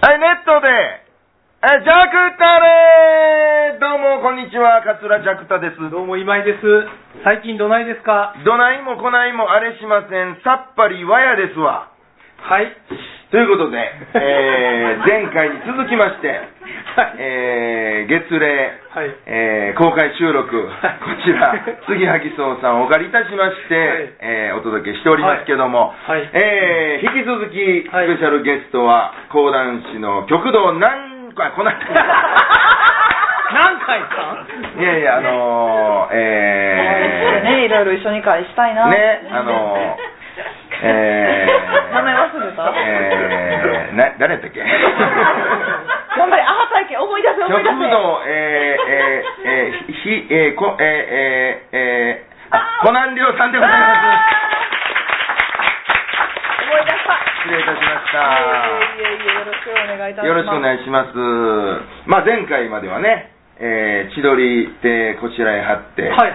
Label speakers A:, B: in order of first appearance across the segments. A: はい、ネットで、え、ジャクタレーどうも、こんにちは、桂ジャクタです。
B: どうも今井です。最近どないですか
A: どないもこないもあれしません、さっぱりわやですわ。
B: はい。
A: ということで、え ー、前回に続きまして、
B: はい。
A: えー、月例、
B: はい。
A: えー公開収録、こち ら、杉萩荘さんをお借りいたしまして、えーお届けしておりますけども、
B: はいはい
A: えー引き続き、ス
B: はい
A: ペシャルゲストは、講談師の極道なんか、こんな
B: 何回さん
A: いやいや、あのー、
C: ね、い
A: え
C: ろいろ一緒に会したい
A: ー、
C: な。
A: ね、あのー、えー、
C: 名前忘れた
A: えー、な、誰やったっ け
C: 頑張れ、アハ体験、思い出せ、
A: 極
C: 思い出せ。
A: 道、えー、えー、えー、ひ、えー、こ、えー、えー、えー、あ
C: あー
A: コナンリョウさんでございます。失礼いたしました。
C: いえいえいえ、よろしくお願いいたします。
A: よろしくお願いします。まあ前回まではね、えー、千鳥でこちらへ張って、
B: はいはいはい。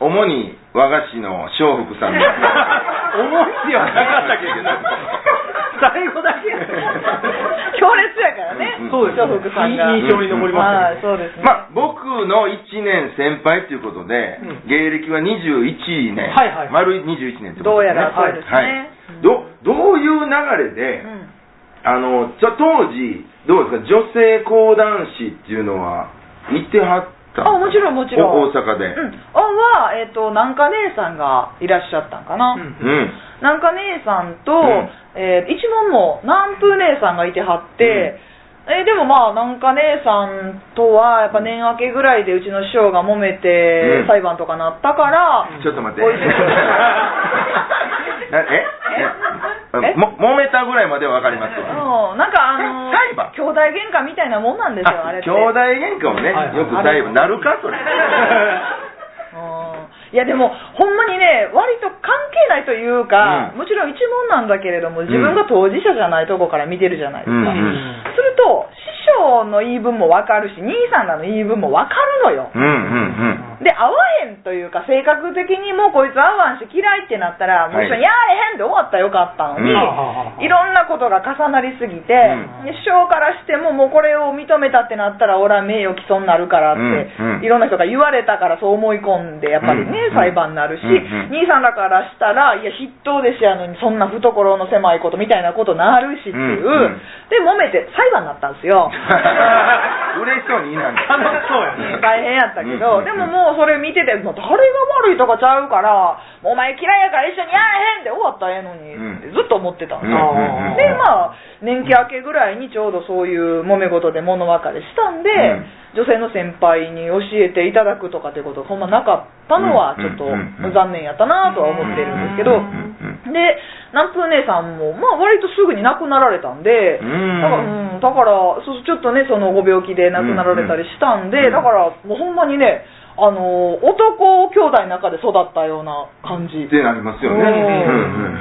A: 主に和菓子の笑福 さんの。
B: 思いではなかったけど、最後だけ。
C: 強烈やからね、
A: うん
B: そうですね
C: 笑福さんが。
B: いい印象に残りましたね
C: はい、そうです ね。
A: まあ僕の1年先輩ということで、
B: うん
A: 芸歴は21年、
B: はいはい
A: 丸い21年って
C: ど
A: こと
C: う
A: で
C: や
A: すね
C: らそうですね。
A: はい、どどういう流れで、
C: うん
A: あのじゃ当時どうですか女性講談師っていうのはいてはった
C: あ、もちろんもちろん。
A: お大阪で
C: うん。あは、えっ、と、なんか姉さんがいらっしゃったんかな。
B: うん
A: うん
C: なんか姉さんと、
A: うん
C: えー一門も南風姉さんがいてはって、えーでもまあなんか姉さんとはやっぱ年明けぐらいでうちの師匠が揉め
A: う
C: て
A: ん
C: 裁判とかなったから、
A: ちょっと待って
C: おいしい
A: な ええ
C: え
A: も揉めたぐらいまでは分かりますわ
C: うんなんかあの
A: 裁判
C: 兄弟喧嘩みたいなもんなんですよあれって
A: 兄弟喧嘩をね、
B: はいはい
A: よくだいぶなるかそれ
C: うんいやでもほんまにね割と関係ないというか、
A: うん
C: もちろん一門なんだけれども自分が当事者じゃないとこから見てるじゃないですか、
A: うん
C: すると師匠の言い分もわかるし兄さんらの言い分もわかるのよ
A: うんうんうん
C: で合わへんというか性格的にもうこいつ合わんし嫌いってなったらもう一緒
A: はい
C: にやれへんで終わったらよかったのに、
A: うん
C: いろんなことが重なりすぎて、
A: う
C: で師匠からしてももうこれを認めたってなったら俺は名誉毀損になるからって、
A: うんうん
C: いろんな人が言われたからそう思い込んでやっぱりね、
A: うん
C: 裁判になるし、
A: うんうん
C: 兄さんらからしたらいや筆頭弟子やのにそんな懐の狭いことみたいなことなるしっていう、
A: うんうん
C: で揉めて裁判になったんで すよ
A: 嬉しそうに言いなんだ
B: 楽しそうやね。
C: 大変やったけ
A: う
C: ど、
A: んうんうん
C: でももうそれ見てて、もう誰が悪いとかちゃうから、もうお前嫌いやから一緒にやらへんで終わったらええのに、
A: うん
C: ずっと思ってたん
A: う
C: で
A: んう
C: す
A: ん
C: よ
A: うんうん
C: でまあ年季明けぐらいにちょうどそういう揉め事で物別れしたんで、
A: うん
C: 女性の先輩に教えていただくとかってことがほんまなかったのは
A: う
C: ち
A: ん
C: ょっと
A: うんうん
C: 残念やったなとは思ってるんですけ
A: う
C: ど
A: んうんう
C: で南風姉さんもまあ割とすぐに亡くなられたんでだ
A: うん
C: から,、うん、だからそうちょっとねそのご病気で亡くなられたりしたんで、
A: うんうん
C: だからもうほんまにねあの男兄弟の中で育ったような感じ
A: ってなりますよね。
C: うん
A: うんうんうん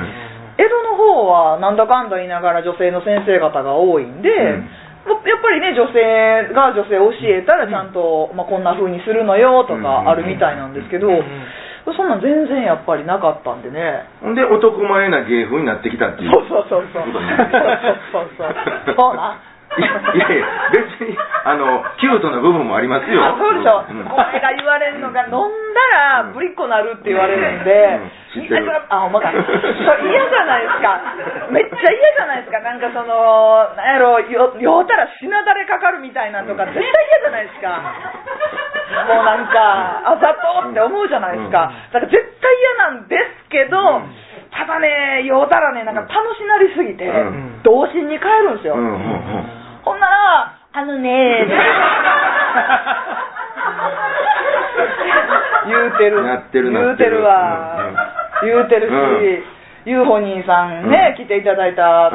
C: 江戸の方はなんだかんだ言いながら女性の先生方が多いんで、
A: うん
C: まやっぱりね女性が女性を教えたらちゃんと、まあ、こんな風にするのよと
A: うん
C: かあるみたいなんですけど、
B: うん
C: そんなん全然やっぱりなかったんでね
A: ほんで男前な芸風になってきたっていう。
C: そうそうそう そう
A: ことになってる
C: そうそうそうそうない
A: やいや別にあのキュートな部分もありますよ。
C: あそうでしょ、
A: ん
C: お前が言われるのが飲んだらぶりっ子なるって言われるんで、
A: うん知ってる
C: みんなあほんま かそう嫌じゃないですかめっちゃ嫌じゃないですかなんかそのなんやろよ酔うたらしなだれかかるみたいなとか絶対嫌じゃないですかもうなんかあざとって思うじゃないですか、だから絶対嫌なんですけど、ただね酔うたらねなんか楽しなりすぎて、
A: うん
C: 童心に帰るんですよ、
A: うんうん
C: ほんなら、あのね 言うてる。
A: なってる
C: 言うてるわ。言うてるし、 UFO 兄さんね、来ていただいた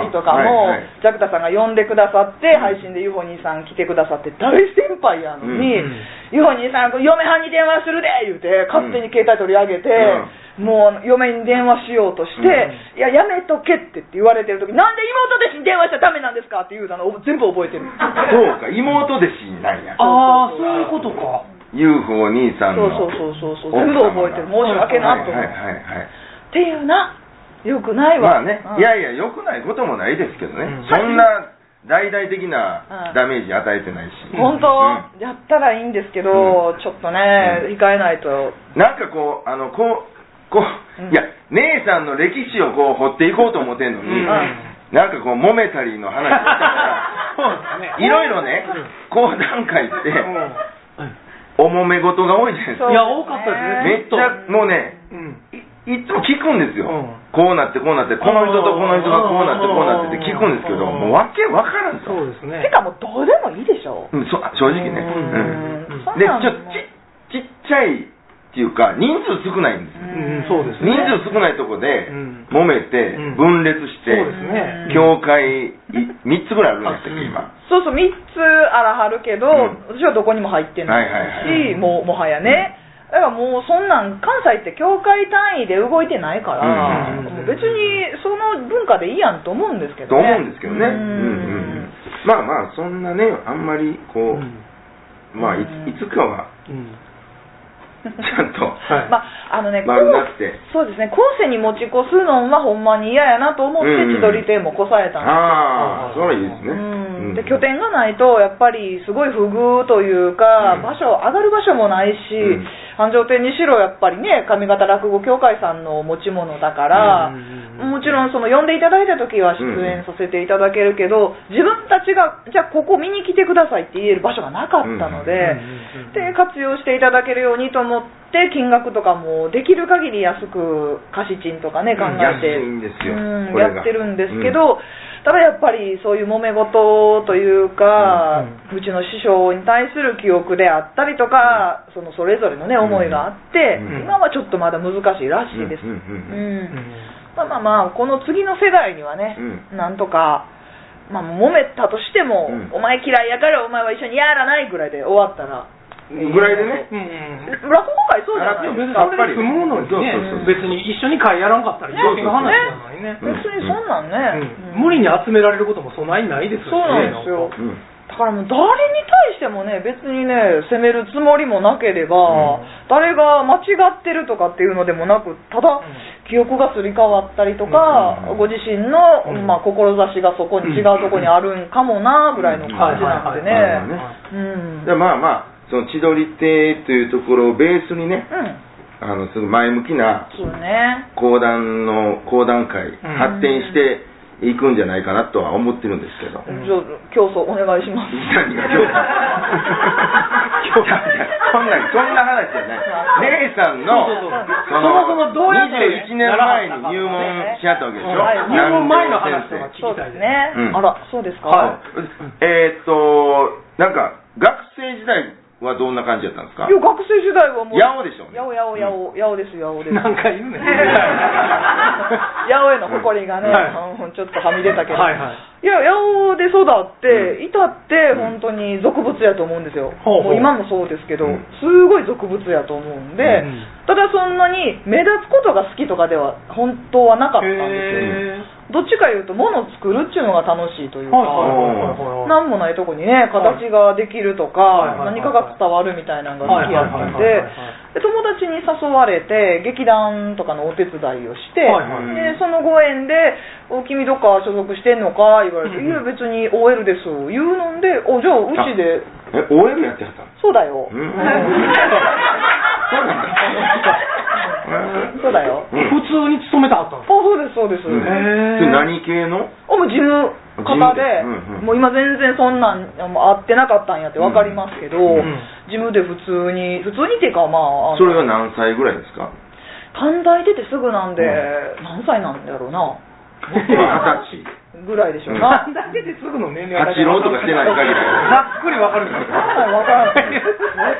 C: 時とか
A: うんうん
C: も、
A: はいはい
C: ジャクタさんが呼んでくださって、配信で UFO 兄さん来てくださって、大先輩やのに、
A: うん
C: UFO 兄さん、嫁はんに電話するで言うて、勝手に携帯取り上げて、もう嫁に電話しようとして、いや、やめとけってって言われてる時なんで妹弟子に電話しちゃダメなんですかって言うたのを全部覚えてる。
A: そうか、妹弟子なんや。
B: ああ、そういうことか。
A: UFO 兄さん
C: そう
A: の。
C: そうそうそうそう、全部覚えてる。申し訳なと思
A: は
C: う。
A: いはいはいはい
C: っていうな、よくない
A: ま
C: わ。
A: あね
C: う、ん
A: いやいや、良くないこともないですけどね、
B: うん
A: そんな大々的な
C: うん
A: ダメージ与えてないし、
C: 本当、やったらいいんですけど、
A: うん
C: ちょっとね、
A: うん
C: 控えないと。
A: うんなんかこう、あのこう、こう、
C: うん
A: いや、姉さんの歴史をこう掘っていこうと思ってんのに、
B: うん
A: なんかこう、揉めたりの話をしたから、
B: そうですね。
A: いろいろね、講談会って、お揉め事が多いじゃないです
C: そう
A: か、
B: いや、多かったですね。
A: めっちゃもうね、
B: うん。
A: いいつも聞くんですよ、
B: うん
A: こうなってこうなってこの人とこの人がこうなってこうなってって聞くんですけど、
B: う
A: もう
B: ん
A: わけわからんと
B: そうですね。
C: てかもうどうでもいいでしょ。
A: うん、そ正直ね、
C: うん
A: うん
C: そん
A: でちょ
C: なんもう
A: ちちっちゃいっていうか人数少ないんですよ、
B: うん、そうですね。
A: 人数少ないとこで
B: うん
A: 揉めて
B: う
A: 分
B: ん
A: 裂して、
B: そうですね。
A: 教会3つぐらいあるんですよ今、
C: そうそう、3つあらはるけど、
A: う
C: 私はどこにも入ってないし、
A: はいはいはい
C: もうもはやね。だからもうそんなん関西って教会単位で動いてないから、
A: うん
C: もう別にその文化でいいやんと思うんですけ
A: と
C: どね。
A: 思うんですけどね、
C: う
A: うんんうんうんまあまあそんなねあんまり
B: う
A: こう、
B: ん。
A: まあいついつかは
B: うん。
A: ちゃんと、
B: はい。
C: まあ、あのね、
A: 丸なって
C: こうそうですね、後世に持ち越すのはほんまに嫌やなと思って、
A: うんうん
C: 千鳥亭もこさえたんです
A: ああそれはいいですね、
C: うん、で
A: うん
C: 拠点がないとやっぱりすごい不遇というか、
A: うん
C: 場所上がる場所もないし、
A: うん
C: 繁盛亭にしろやっぱりね上方落語協会さんの持ち物だから、
B: うんうんうん
C: もちろんその呼んでいただいた時は出演させていただけるけど、自分たちがじゃあここ見に来てくださいって言える場所がなかったので、
B: うんうんうんうん
C: で活用していただけるようにと思って金額とかもできる限り安く貸し賃とかね考えて、
A: 安いんですよ
C: うん
A: これが
C: やってるんですけど、ただやっぱりそういう揉め事というか、うちの師匠に対する記憶であったりとか、そのそれぞれのね
A: うん
C: 思いがあって、
A: うん
C: 今はちょっとまだ難しいらしいです、
A: うんうん
B: う
C: うん
B: ん
C: まあまあまあこの次の世代にはね、
A: う
C: なんとか、まあ、揉めたとしても、
A: うん
C: お前嫌いやからお前は一緒にやらないぐらいで終わったら
A: うんぐらいでね、
B: うんうん
C: 落語会そうじゃない
A: あ
C: です
A: ら
B: 別に
A: さ
B: そ
A: っ
B: れ
A: ぱ
B: で
A: り
B: 済むのにね
A: そうそうそう
B: 別に一緒に会やらんかったら余計な話なのにね
A: そうそう
C: 別にそんなんね、
B: うん無理に集められることもそないないです
C: そう
B: よ
C: な
B: ね
C: んですよ、
A: うん
C: だからもう誰に対してもね別にね責めるつもりもなければ、
A: うん
C: 誰が間違ってるとかっていうのでもなくただ、
B: ん
C: 記憶がすり替わったりとか、
A: うん
C: ご自身の、
B: うん
C: まあ、志がそこに違うとこにあるんかもなぐらいの感じなんでね
A: はいはいはいはい
C: うん
A: でまあまあその千鳥亭というところをベースにね
C: うん
A: あのすごい前向きな
C: そうね
A: 講談の講談会、
B: ん
A: 発展していくんじゃないかなとは思ってるんですけど、
C: じゃあ競争お願いします
A: 何が今日今日そんなそんな話じゃない姉さんの
B: そうそうそ
A: そ
B: うそもそもどうやって
A: 21年前に入門しはったわけでしょ、
C: はい
B: 入門前の話とか
C: そうですね、
A: うん
C: あらそうですか、
B: は
A: えーっとなんか学生時代はどんな感じだったんですか
C: いや学生時代はもう
A: 八尾でしょうね
C: やおやおやおやおですやおです
B: なんか言うね
C: 八尾への誇りがね、
B: は
C: うんちょっとはみ出たけど、、
B: はいはい
C: や八尾で育って、いたって本当に俗物やと思うんですよ、
B: ほうほう
C: もう今もそうですけど、
A: うん
C: すごい俗物やと思うんで、
B: うん
C: ただそんなに目立つことが好きとかでは本当はなかったんですよ
B: へ
C: どっちかいうと物を作るっていうのが楽しいと
B: ー
C: いう
B: はいはいはいはい
C: か、
B: はい
C: なんもないとこにね形ができるとか、
B: はいはいはいはい
C: 何かが伝わるみたいなのが好きやった
B: はいは
C: ん
B: いはい
C: でで友達に誘われて劇団とかのお手伝いをして、
B: はいはい
C: でそのご縁で「お君どっか所属してんのか?」言われて「
B: うん
C: いや別に OL です」言うのんで「おじゃあうちで
A: え OL やってはったの
C: そうだ
A: うん
C: よ」 そう
A: なんだ
C: うんそうだよ
A: うん
B: 普通に勤めてはったん
C: あ
B: ですか
C: そうですそう
A: う
C: です、
A: ん
B: へー
A: それ何系の
C: あもう事務方で、
A: 事務でうんうん
C: もう今全然そんなんあもう会ってなかったんやって分かりますけど、
A: うん
B: うん
C: 事務で普通に普通にっていうかまああの
A: それは何歳ぐらいですか
C: 短大出てすぐなんで、
A: う
C: 何歳なんだろうな
A: 二十歳
C: ぐらいでしょう
A: うん
C: な、
B: 大体すぐの年齢
A: 八郎とかしてない限り
B: ざっくりわかるんです
C: わからないわからない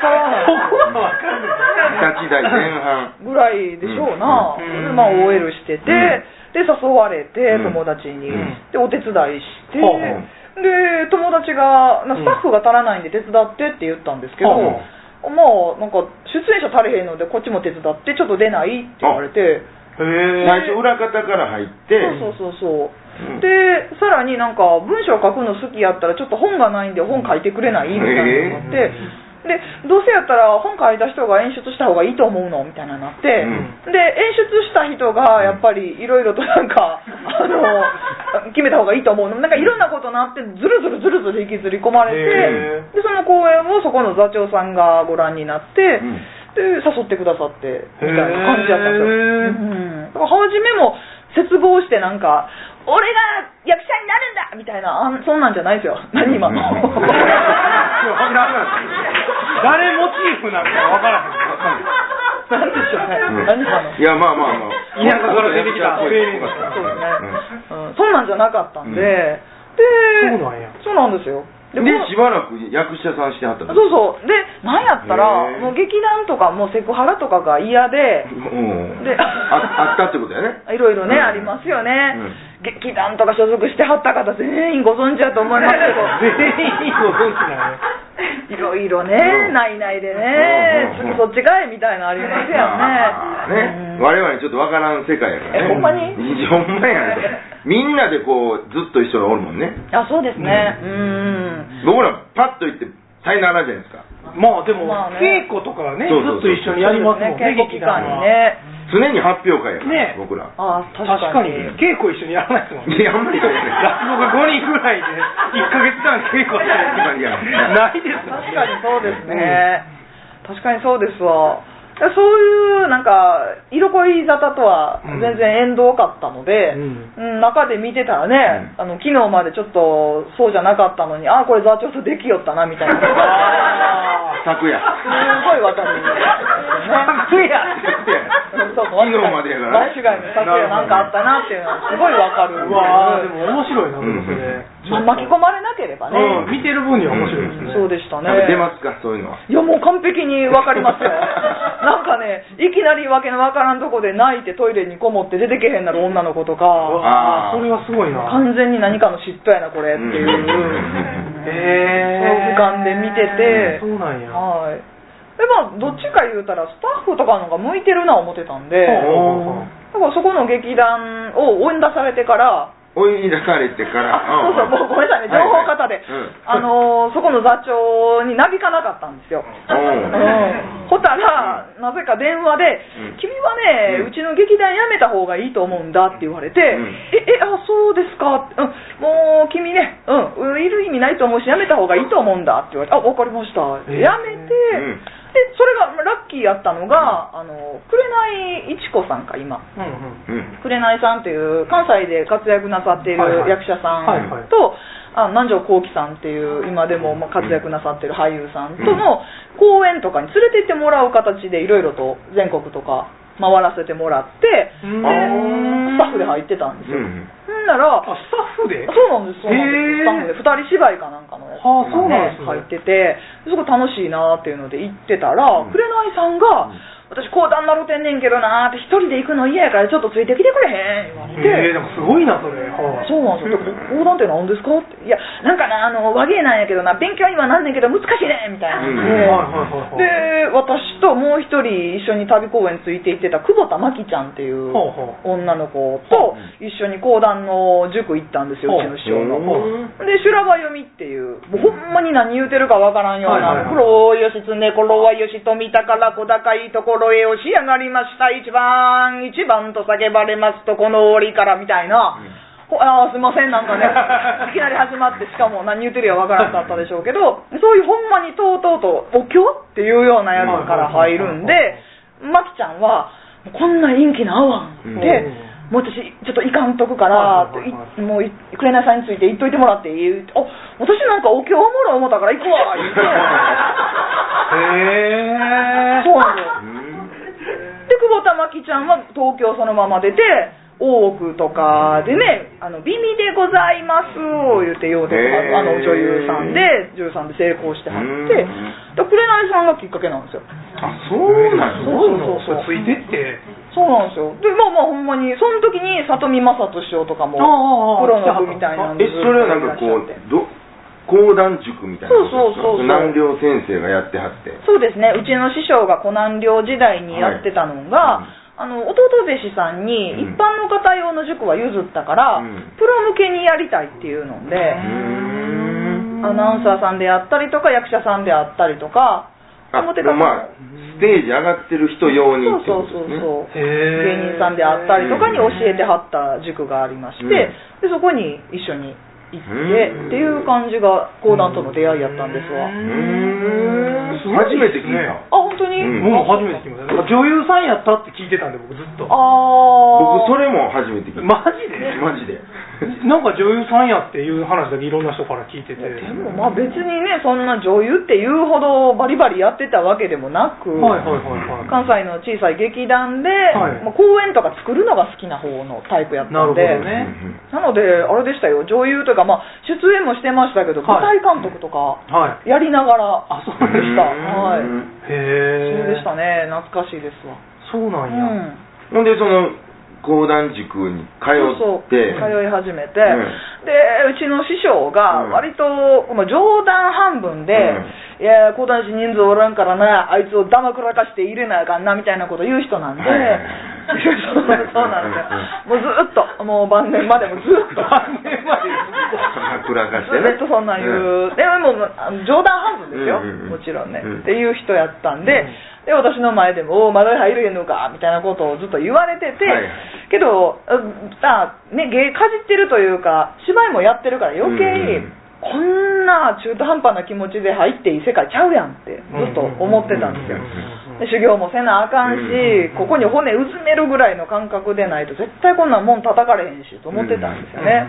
B: こはわかんない。
A: 二十代前半。
C: ぐらいでしょうな、
A: うん
C: でまあ OL して
A: う
C: て、
A: ん
C: で誘われ
A: う
C: て
A: ん
C: 友達に、
A: うん
C: でお手伝いして、
B: ほうほう
C: で友達がな
A: うん
C: スタッフが足らないんで手伝ってって言ったんですけど、
B: ほうほう
C: まあなんか出演者足りへんのでこっちも手伝ってちょっと出ないって言われ
B: へ
C: て
B: ぇ
A: 最初裏方から入って、
C: そうそうそうそう
A: うん
C: でさらになんか文章書くの好きやったらちょっと本がないんで本書いてくれないみたいなのがあって、
B: へ
C: でどうせやったら本書いた人が演出した方がいいと思うのみたいなのになって、
A: う
C: で演出した人がやっぱりいろいろとな んかあの決めた方がいいと思うのなんかいろんなことになってずるずるずるずる引きずり込まれ
B: へ
C: てでその公演をそこの座長さんがご覧になって、
A: うん
C: で誘ってくださってみたいな感じやったんです
B: へ
C: よ
B: ー、
C: うん、だから初めも絶望してなんか俺が役者になるんだみたいなあんそんなんじゃないですよ何今 の
B: 誰モチーフなのかわからへん。なんでしょうね。
A: うん
C: 何かの
A: いや、まあまあまあ。
B: 田舎から出てきた
A: そう
C: そうですね
A: で、
C: うん、そんなんじゃなかったんで、
A: うん
C: で
B: そうなんや
C: そうなんですよでこ
A: しばらく役者さんしてはった
C: そ
A: の
C: うそうでなんやったら
A: へー
C: もう劇団とかもうセクハラとかが嫌で
A: うん
C: で
A: ああったってことやね。
C: いろいろね、
A: うん
C: ありますよね、劇団とか所属してはった方全員ご存知だと思いますけど
B: 全員ご存知なのね
C: いろいろね、
A: うん
C: ないないでね
A: う、んうんうん
C: 次そっちかいみたいなのありますよ
A: まあ
C: ね。
A: ね。我々ちょっとわからん世界やからね。
C: えほんまに
A: いやほんまやね。 みんなでこう、ずっと一緒におるもんね。
C: あそうですね、うん、
A: 僕らパッと行って、さよならじゃないですか。
B: まあでも、
C: まあね
B: 稽古とかはね、ず
A: そうそう
B: っ
A: そう
B: と一緒にやりますもんね、
C: 稽古期
B: 劇団
C: 間
B: は
C: に。ね、
A: 常に発表会やから、
B: ね
A: 僕ら。
C: あ確
B: 確かに、稽古一緒にやらないですもんね。
A: いや、あんまりやらない
B: 落語が5人ぐらいで、1ヶ月間稽古してるって感じやないですもん
C: 確
B: ね。
C: かにそうですね、確かにそうですわそういうなんか色恋沙汰とは全然縁遠かったので、うん中で見てたらね、あの昨日までちょっとそうじゃなかったのにああこれ座長とできよったなみたいなす
B: あ
A: 昨夜。
C: ごいわかるんですよね
B: 昨夜
C: そうそう
A: 昨日までやからね
C: 間違いない昨夜なんかあったなっていうのはすごいわかる
B: うわーでも面白いな、でもそれ。
C: まあ巻き込まれなければね、
B: うん、見てる分には面白いですね。
C: そうでしたね
A: なんか出ますか、そういうのは。
C: いやもう完璧に分かりま すよなんかねいきなりわけのわからんとこで泣いてトイレにこもって出てけへんなる女の子とか
B: ああ、それはすごいな。
C: 完全に何かの嫉妬やなこれっていう、
A: うん
B: へえ。
C: 長時間で見てて
B: そうなんや。
C: はいでまあどっちか言うたらスタッフとかの方が向いてるな思ってたんで
B: ほうほうほう
C: だからそこの劇団を追い出されてから
A: 追い出されてから。
C: あそうそう、もうごめんなさいね、情報型で、あのーそこの座長になびかなかったんですよ。うんほたら、なぜか電話で、
A: うん
C: 君はね、
A: うん
C: うちの劇団辞めた方がいいと思うんだって言われて、
A: ん
C: え、え、あ、そうですか、うん、もう君ね、うん、いる意味ないと思うし、辞めた方がいいと思うんだって言われて、あ、わかりました、
B: えー
C: 辞めて、
A: うん
C: で、それがラッキーやったのが、あの、紅いちこさんか、今。
B: うんうん。
A: うん。うん。
C: 紅さんっていう関西で活躍なさっている
B: はいはい
C: 役者さ
B: はいは
C: ん
B: い
C: と、あ南條幸喜さんっていう今でもまあ活躍なさってる俳優さんとの公演とかに連れて行ってもらう形でいろいろと全国とか回らせてもらってで
B: うん
C: スタッフで入ってたんです
A: う
C: よ、
A: ん。
C: ん、なら
B: あ、スタッフで
C: そうなんですそうなんで
B: へー
C: す、スタッフで2人芝居かなんかのやつ
B: はあそうなん
C: ね
B: ですね
C: 入っててすごい楽しいなっていうので行ってたら、
A: うん
C: 紅さんが「私講談なろてんねんけどな」って「一人で行くの嫌やからちょっとついてきてくれへん」言われて。
B: えー、でもすごいな、それ。はあ
C: そうなんですよ。横断って何ですかって。いや、なんかな、あの、和芸なんやけどな、勉強にはなんねんけど難しいねみたいな
A: うん
B: はい
C: んで。
B: はいはいはい。
C: で、私ともう一人一緒に旅公演ついて行ってた久保田真希ちゃんっていう
B: ほうほ
C: 女の子と一緒に講談の塾行ったんですよ、
B: ほ
C: う
B: う
C: ちの師匠の。
B: ほう
C: で、修羅場読みっていう、もうほんまに何言うてるかわからんよう
B: はいはい
C: な、
B: はい
C: 黒吉常ころは吉富宝小高いところへ押し上がりました、一番、一番と叫ばれますと、この折からみたいな、ほあーすいません、なん かね、いきなり始まって、しかも何言うてるやわからんかったでしょうけど、そういうほんまにとうとうと、お経っていうようなやつから入るんで
B: はい、
C: まきちゃんは、こんな陰気なあわんって、で
B: うん
C: もう私、ちょっといかんとくから、
B: はいはいはい
C: いもうい、くれなさんについて言っといてもらっていいあ、私なんかお経おもろい思ったから行くわ、言って。
B: へえ。
C: そうなんですよ。
A: う
C: で、久保田真希ちゃんは東京そのまま出て、大奥とかでね、あの、美味でございますを言ってようで、
A: へー
C: あの女優さんで、女優さんで成功してはって、だくれないさんがきっかけなんですよ。
A: あ、そうなの
C: そうそ
B: つ
C: うそう
B: いてって。
C: そうなんですよ。で、まあまあほんまに、その時に里見雅人師匠とかも、
B: ああああ
C: プロの部みたいな
A: え
C: んで。、
A: それはなんかこう、ど、講談塾みたいなことですか。
C: そうそうそうそう
A: 南陵先生がやってはって。
C: そうですね、うちの師匠が湖南寮時代にやってたのが、あの弟弟子さんに
A: うん
C: 一般の方用の塾は譲ったから、
A: うん
C: プロ向けにやりたいっていうので、
A: うーん
C: アナウンサーさんであったりとか役者さんであったりとか
A: あ、
C: 表方の
A: まあ、ステージ上がってる人用に
C: そう
A: って
C: そ
A: こ
C: う
A: とで
C: そう
A: すね
B: へー
C: そう、芸人さんであったりとかに教えてはった塾がありまし
A: うん
C: て、でそこに一緒に行って
A: うん
C: っていう感じが講談との出会いやったんですわ、
B: う
A: う
B: そ
A: ー
B: うんすご
A: 初め
B: いで
A: て
B: すね
A: 聞いた。
C: あ本当に、
A: うん
B: もう初めて聞きました。女優さんやったって聞いてたんで、僕ずっと。
C: あ
A: 僕、それ
C: あ
A: も初めて聞いた。
B: マジで
A: マジで。
B: なんか女優さんやっていう話だけいろんな人から聞いてて。
C: でもまあ別にねそんな女優っていうほどバリバリやってたわけでもなく、
B: はいはいはいはい。
C: 関西の小さい劇団で、
B: はい
C: まあ、公演とか作るのが好きな方のタイプやったんで
B: なるほどね
C: なのであれでしたよ女優というか、まあ、出演もしてましたけど、
B: はい
C: 舞台監督とか
B: はい。
C: やりながら
B: あそう
A: う
B: で
A: ん
B: した
C: はい
B: へ
C: そう
B: え。
C: でしたね懐かしいですわ
B: そうなんや。
C: うん
A: ほんで、その、講談塾に通っ
C: そうそう通
A: て、
C: い始めて、
A: うん
C: でうちの師匠が
A: うん
C: 割と、まあ、冗談半分で
A: う
C: 「いや講談師人数おらんからなあいつをだまくらかして入れなあかんな」みたいなこと言う人なんで、
A: はいはいはい
C: そうそうなんですよもうずっともう晩年までもずっと。
A: 桜化してね。
C: ずっとそんなん言う、でもあの冗談半分ですよ、
A: うんうんうん
C: もちろんね、
A: うん
C: っていう人やったんで,、で私の前でも「おお窓へ入るへんのか」みたいなことをずっと言われてて、
A: はい
C: けどああ、ね、芸かじってるというか芝居もやってるから余計に、
A: うんうん
C: こんな中途半端な気持ちで入っていい世界ちゃうやんってずっと思ってたんですよ、
A: うんうんうんうん
C: で修行もせなあかんし、
A: うん
C: ここに骨うずめるぐらいの感覚でないと絶対こんなもん叩かれへんしと思ってたんですよね、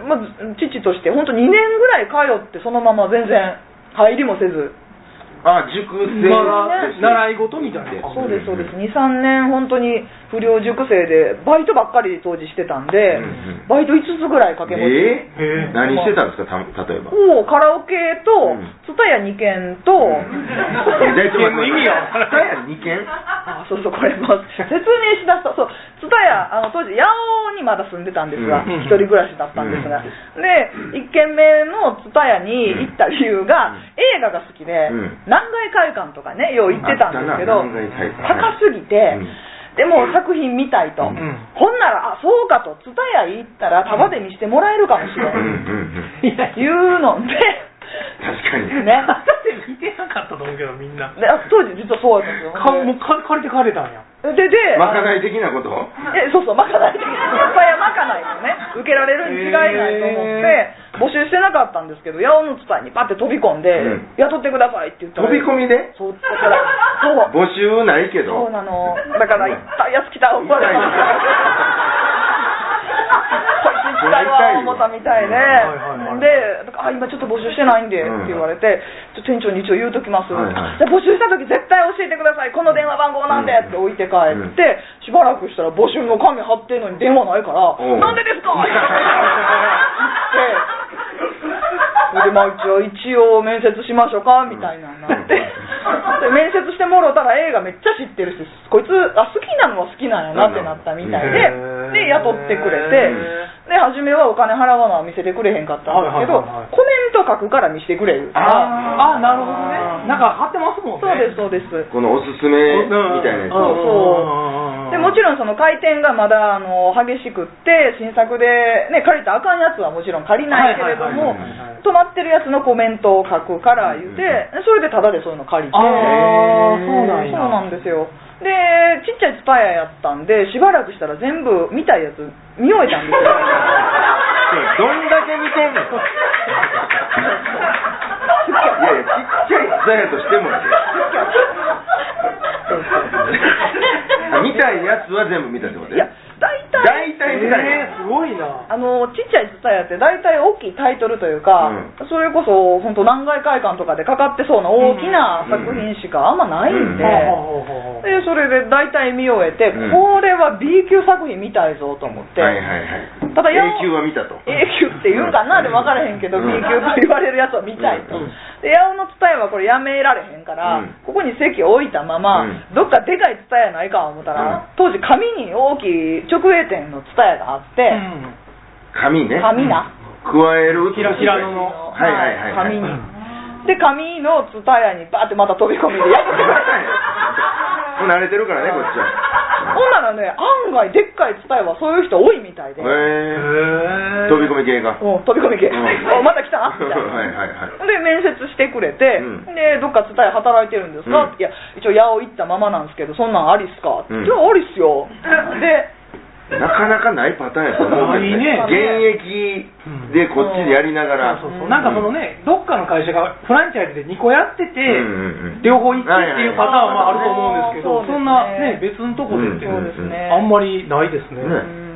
C: で、まあ、ず父として本当2年ぐらい通ってそのまま全然入りもせず
A: あ、塾生
B: まあ習い事みたいな
C: そうですそうです
A: ね。
C: 23年本当に不良塾生でバイトばっかり当時してたんで、
A: うんうん
C: バイト5つぐらい掛け持ち、
A: え
B: へ
A: ー
B: ー
A: 何してたんですか、た例え ば。
C: もうカラオケ
A: う
C: と
A: ん、
C: ツタヤ2軒と、
A: 大体
B: 意味がわからない
A: 二軒
C: あそうそう、こ れもう説明しだすと、そう、ツタヤ、あの当時、八尾にまだ住んでたんですが、
A: うん
C: 一人暮らしだったんですが、で、1軒目のツタヤに行った理由が、映画が好きで、
A: うん
C: 南海会館とかね、よう行ってたんですけ
A: あ
C: ど
A: ったな南海会館
C: 高すぎて、
A: うん
C: でも作品見たいと、
A: うん
C: ほんなら、あそうかと、ツタヤ行ったら、タダで見してもらえるかもしれ
A: うんうんう
C: ん、
A: ん。
B: いや、
C: いうの で、
A: 確かに。
C: ね。
B: だって見てなかったと思うけど、みんな。
C: で当時実はそうだったんですよ。
B: かもうか借りて借りたんや。
C: で、で、
A: まかない的なこと
C: えそうそう、まかない的に、いっぱいはまかないよね、受けられるに違いないと思って、募集してなかったんですけど、八尾の伝えにパって飛び込んで、
A: うん
C: 雇ってくださいって言った
A: 飛
C: ら、
A: び込みで
C: そう、だから、そう、
A: 募集ないけ
C: そう
A: ど。
C: なの、だから、いったやつ来た、
A: 痛い
C: 怒られた。こいつ行ったわ思ったみたいで、
B: はいはいはい
C: であ今ちょっと募集してないんで
A: うん
C: って言われて、ちょ店長に一応言うときます、
A: はいはい
C: じゃあ募集したとき絶対教えてください、この電話番号なんでって置いて帰って、しばらくしたら募集の紙貼ってんのに電話ないから、
A: うん
C: なんでですかって言って、でまあ、一応一応面接しましょうかみたいなのになって、で面接してもろたら映画めっちゃ知ってるし、こいつあ好きなのは好きなんやなってなったみたいで
B: うん、
C: で雇ってくれ
B: う
C: て
B: ん。
C: で初めはお金払わな見せてくれへんかったんですけど、
B: はいはいはいはい
C: コメント書くから見せてくれるから
B: ああ、なるほどね。なんか貼ってますもんね。
C: そうですそうです
A: このおすすめみたいなやつ。
B: そう
C: そうでもちろんその回転がまだあの激しくって新作で、ね、借りたらあかんやつはもちろん借りないけれども
A: はいはいはい
B: はい
C: 止まってるやつのコメントを書くから言うてそれでタダでそういうの借りて
B: あーそうなんや
C: そうなんですよでちっちゃいスパイアやったんでしばらくしたら全部見たいやつ見終えたんですよ
A: どんだけ見てんのいやいや、ちっちゃいザヤとしてもやで見たいやつは全部見たってこと
C: いや
A: ね。
C: 大 体
A: 大体見たい
B: えーすごいねいな。
C: あのちっちゃいツタヤって大体大きいタイトルというか、
A: うん
C: それこそ本当南外会館とかでかかってそうな大きな作品しかあんまないんで、
A: うん
B: ほうほうほうほう
C: でそれで大体見終えて、
A: うん
C: これは B 級作品見たいぞと思って、
A: はいはいはい。
C: ただや
A: A 級は見たと。
C: A 級って言うかなで分からへんけど、
A: うん
C: B 級と言われるやつを見たいと、
A: うん
C: で八尾の蔦屋はこれやめられへんから、
A: うん
C: ここに席置いたまま、
A: うん
C: どっかでかい蔦屋ないか思ったら、当時紙に大きい直営店の蔦屋があって、
B: うん
A: 紙ね。
C: 紙な、
A: 加える。
B: ひらひらのの
A: はいはいはいはい。
C: 紙にで紙の蔦屋にバーってまた飛び込みでやっ てくれ
A: もう慣れてるからね、こっちは。
C: ほんならね案外でっかい蔦屋はそういう人多いみたいで、
A: へえ。
B: へー
A: 飛び込み系が。
C: うん、飛び込み系、
A: うん
C: おまた来たなみたいな
A: はいはいはい
C: で面接してくれて、
A: うん
C: でどっか伝え働いてるんですか、
A: うん
C: いや一応八尾行ったままなんですけどそんなんありっすか、
A: うん
C: いやありっ すよで
A: なかなかないパターンやと思うけど
B: ない
C: ね
A: 現役でこっちでやりながら。
B: そうそうそうなんかそのね、どっかの会社がフランチャイズで2個やってて、
A: うんうんうん
B: 両方行ってっていうパターンもあると思うんですけど、
C: はい
B: そんなね、
C: はいはいそうですね
B: 別のとこでって、
A: うんうん
C: そうですね
B: あんまりないですね。
A: ね
C: うん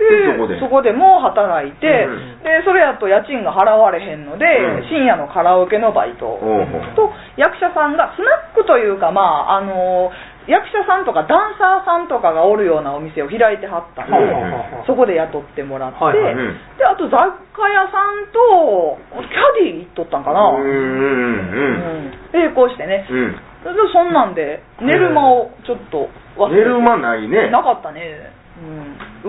A: そこで
C: そこでも働いて、
A: うん
C: でそれやと家賃が払われへんので、
A: うん
C: 深夜のカラオケのバイト
A: おうほう
C: と役者さんがスナックというか、まああの役者さんとかダンサーさんとかがおるようなお店を開いてはったんで、
A: うん
C: そこで雇ってもらって、
B: はいはい
A: うん
C: であと雑貨屋さんとキャディー行っとったんかな、
A: うんうんうん。
C: うん並行してね、
A: うん。
C: でそんなんで寝る間をちょっと忘
A: 寝
C: れて
A: る間ないね。
C: なかったね、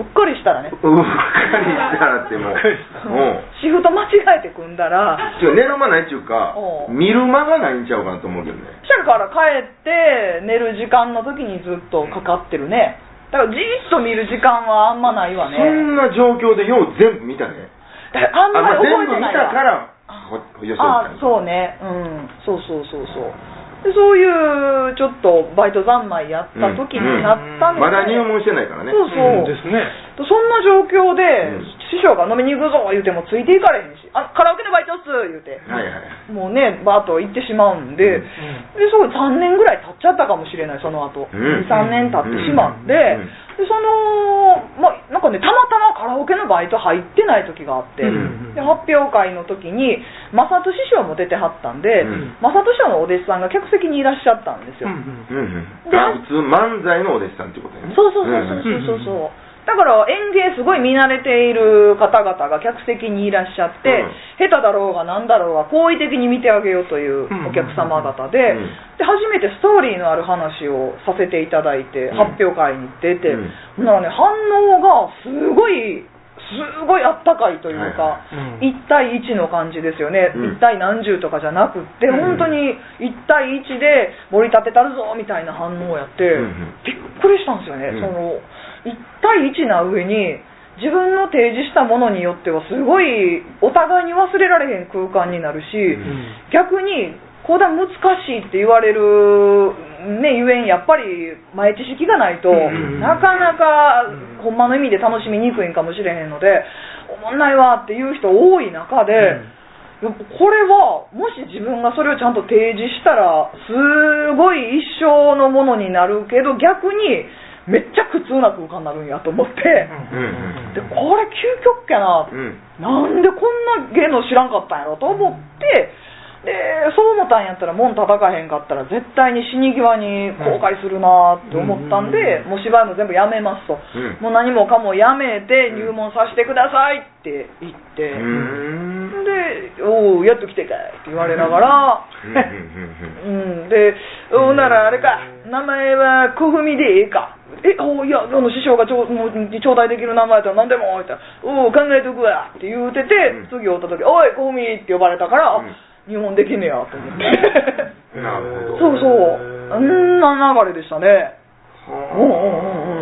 C: うん、うっかりしたらね
A: うっかりしたらってもう。
B: うっかりした
A: うん。
C: シフト間違えて組んだら
A: ちょ寝る間ないっちゅうか
C: お、う
A: 見る間がないんちゃうかなと思うけどね。
C: そしたらから帰って寝る時間の時にずっとかかってるねだからじーっと見る時間はあんまないわね
A: そんな状況でよう全部見たね。
C: だからあんまり
A: 全部
C: 覚えて
A: 見
C: ない
A: た
C: わ
A: から、ほほよそっ
C: あ
A: たんだ
C: そうねうんそうそうそうそうでそういうちょっとバイト三昧やった時になったので、
A: まだ入門してないからね。
C: そうそう、
B: ですね。
C: そんな状況
A: う
C: で、
A: ん
C: 師匠が飲みに行くぞ言うてもついていかれへんしあカラオケのバイトっす言うて、
A: はいはい。
C: もうねバーッと行ってしまうんで、
A: うん
C: でそこで3年ぐらい経っちゃったかもしれないその後、
A: うん
C: 23年経ってしまって、
A: うん
C: でその、まあ、なんかねたまたまカラオケのバイト入ってない時があって、
A: うん
C: で発表会の時に正人師匠も出てはったんで、
A: うん
C: 正人師匠のお弟子さんが客席にいらっしゃったんですよ、
A: うんうん。
C: で
A: あ普通漫才のお弟子さんってことやね。
C: そうそうそうそうそうそうそうだから演芸すごい見慣れている方々が客席にいらっしゃって、
A: う
C: 下手だろうが何だろうが好意的に見てあげようというお客様方
A: う
C: で,、
A: ん
C: で初めてストーリーのある話をさせていただい
A: う
C: て、
A: ん
C: 発表会に出て、
A: うん
C: ほんならね反応がすごいすごいあったかいという
B: は
C: か、
B: いはいうん
C: 1対1の感じですよね、
A: うん
C: 1対何十とかじゃなくって、
A: うん
C: 本当に1対1で盛り立てたるぞみたいな反応をやって、
A: うんうん
C: びっくりしたんですよね、
A: うん
C: その1対1な上に自分の提示したものによってはすごいお互いに忘れられへん空間になるし、
A: ん
C: 逆に講談難しいって言われるねゆえんやっぱり前知識がないと、
B: うん
C: なかなかほんまの意味で楽しみにくいんかもしれへんのでおもんないわっていう人多い中で。いやこれはもし自分がそれをちゃんと提示したらすごい一生のものになるけど逆にめっちゃ苦痛な空間になるんやと思って
A: ん
C: でこれ究極やな、
A: うん。
C: なんでこんな芸能知らんかったんやろと思ってでそう思ったんやったら門叩かへんかったら絶対に死に際に後悔するなって思ったんで、
B: う
C: もう芝居も全部やめますと、
A: ん
C: もう何もかもやめて入門させてくださいって言って。
A: うーん。
C: で「おうやっと来てかい」って言われながら、
A: うんうん
C: うん、で「おうならあれか名前は小文でええか」えおういやあの師匠がちょもう頂戴できる名前やったら何でも」って言ったら「おう考えとくわ」って言うてて、
A: うん
C: 次会った時「おい小文」って呼ばれたから、
A: うん
C: 日本できんねやと思って
A: うんなるほど。
C: そうそうあんな流れでしたね
A: はあ
C: うんうんうんうん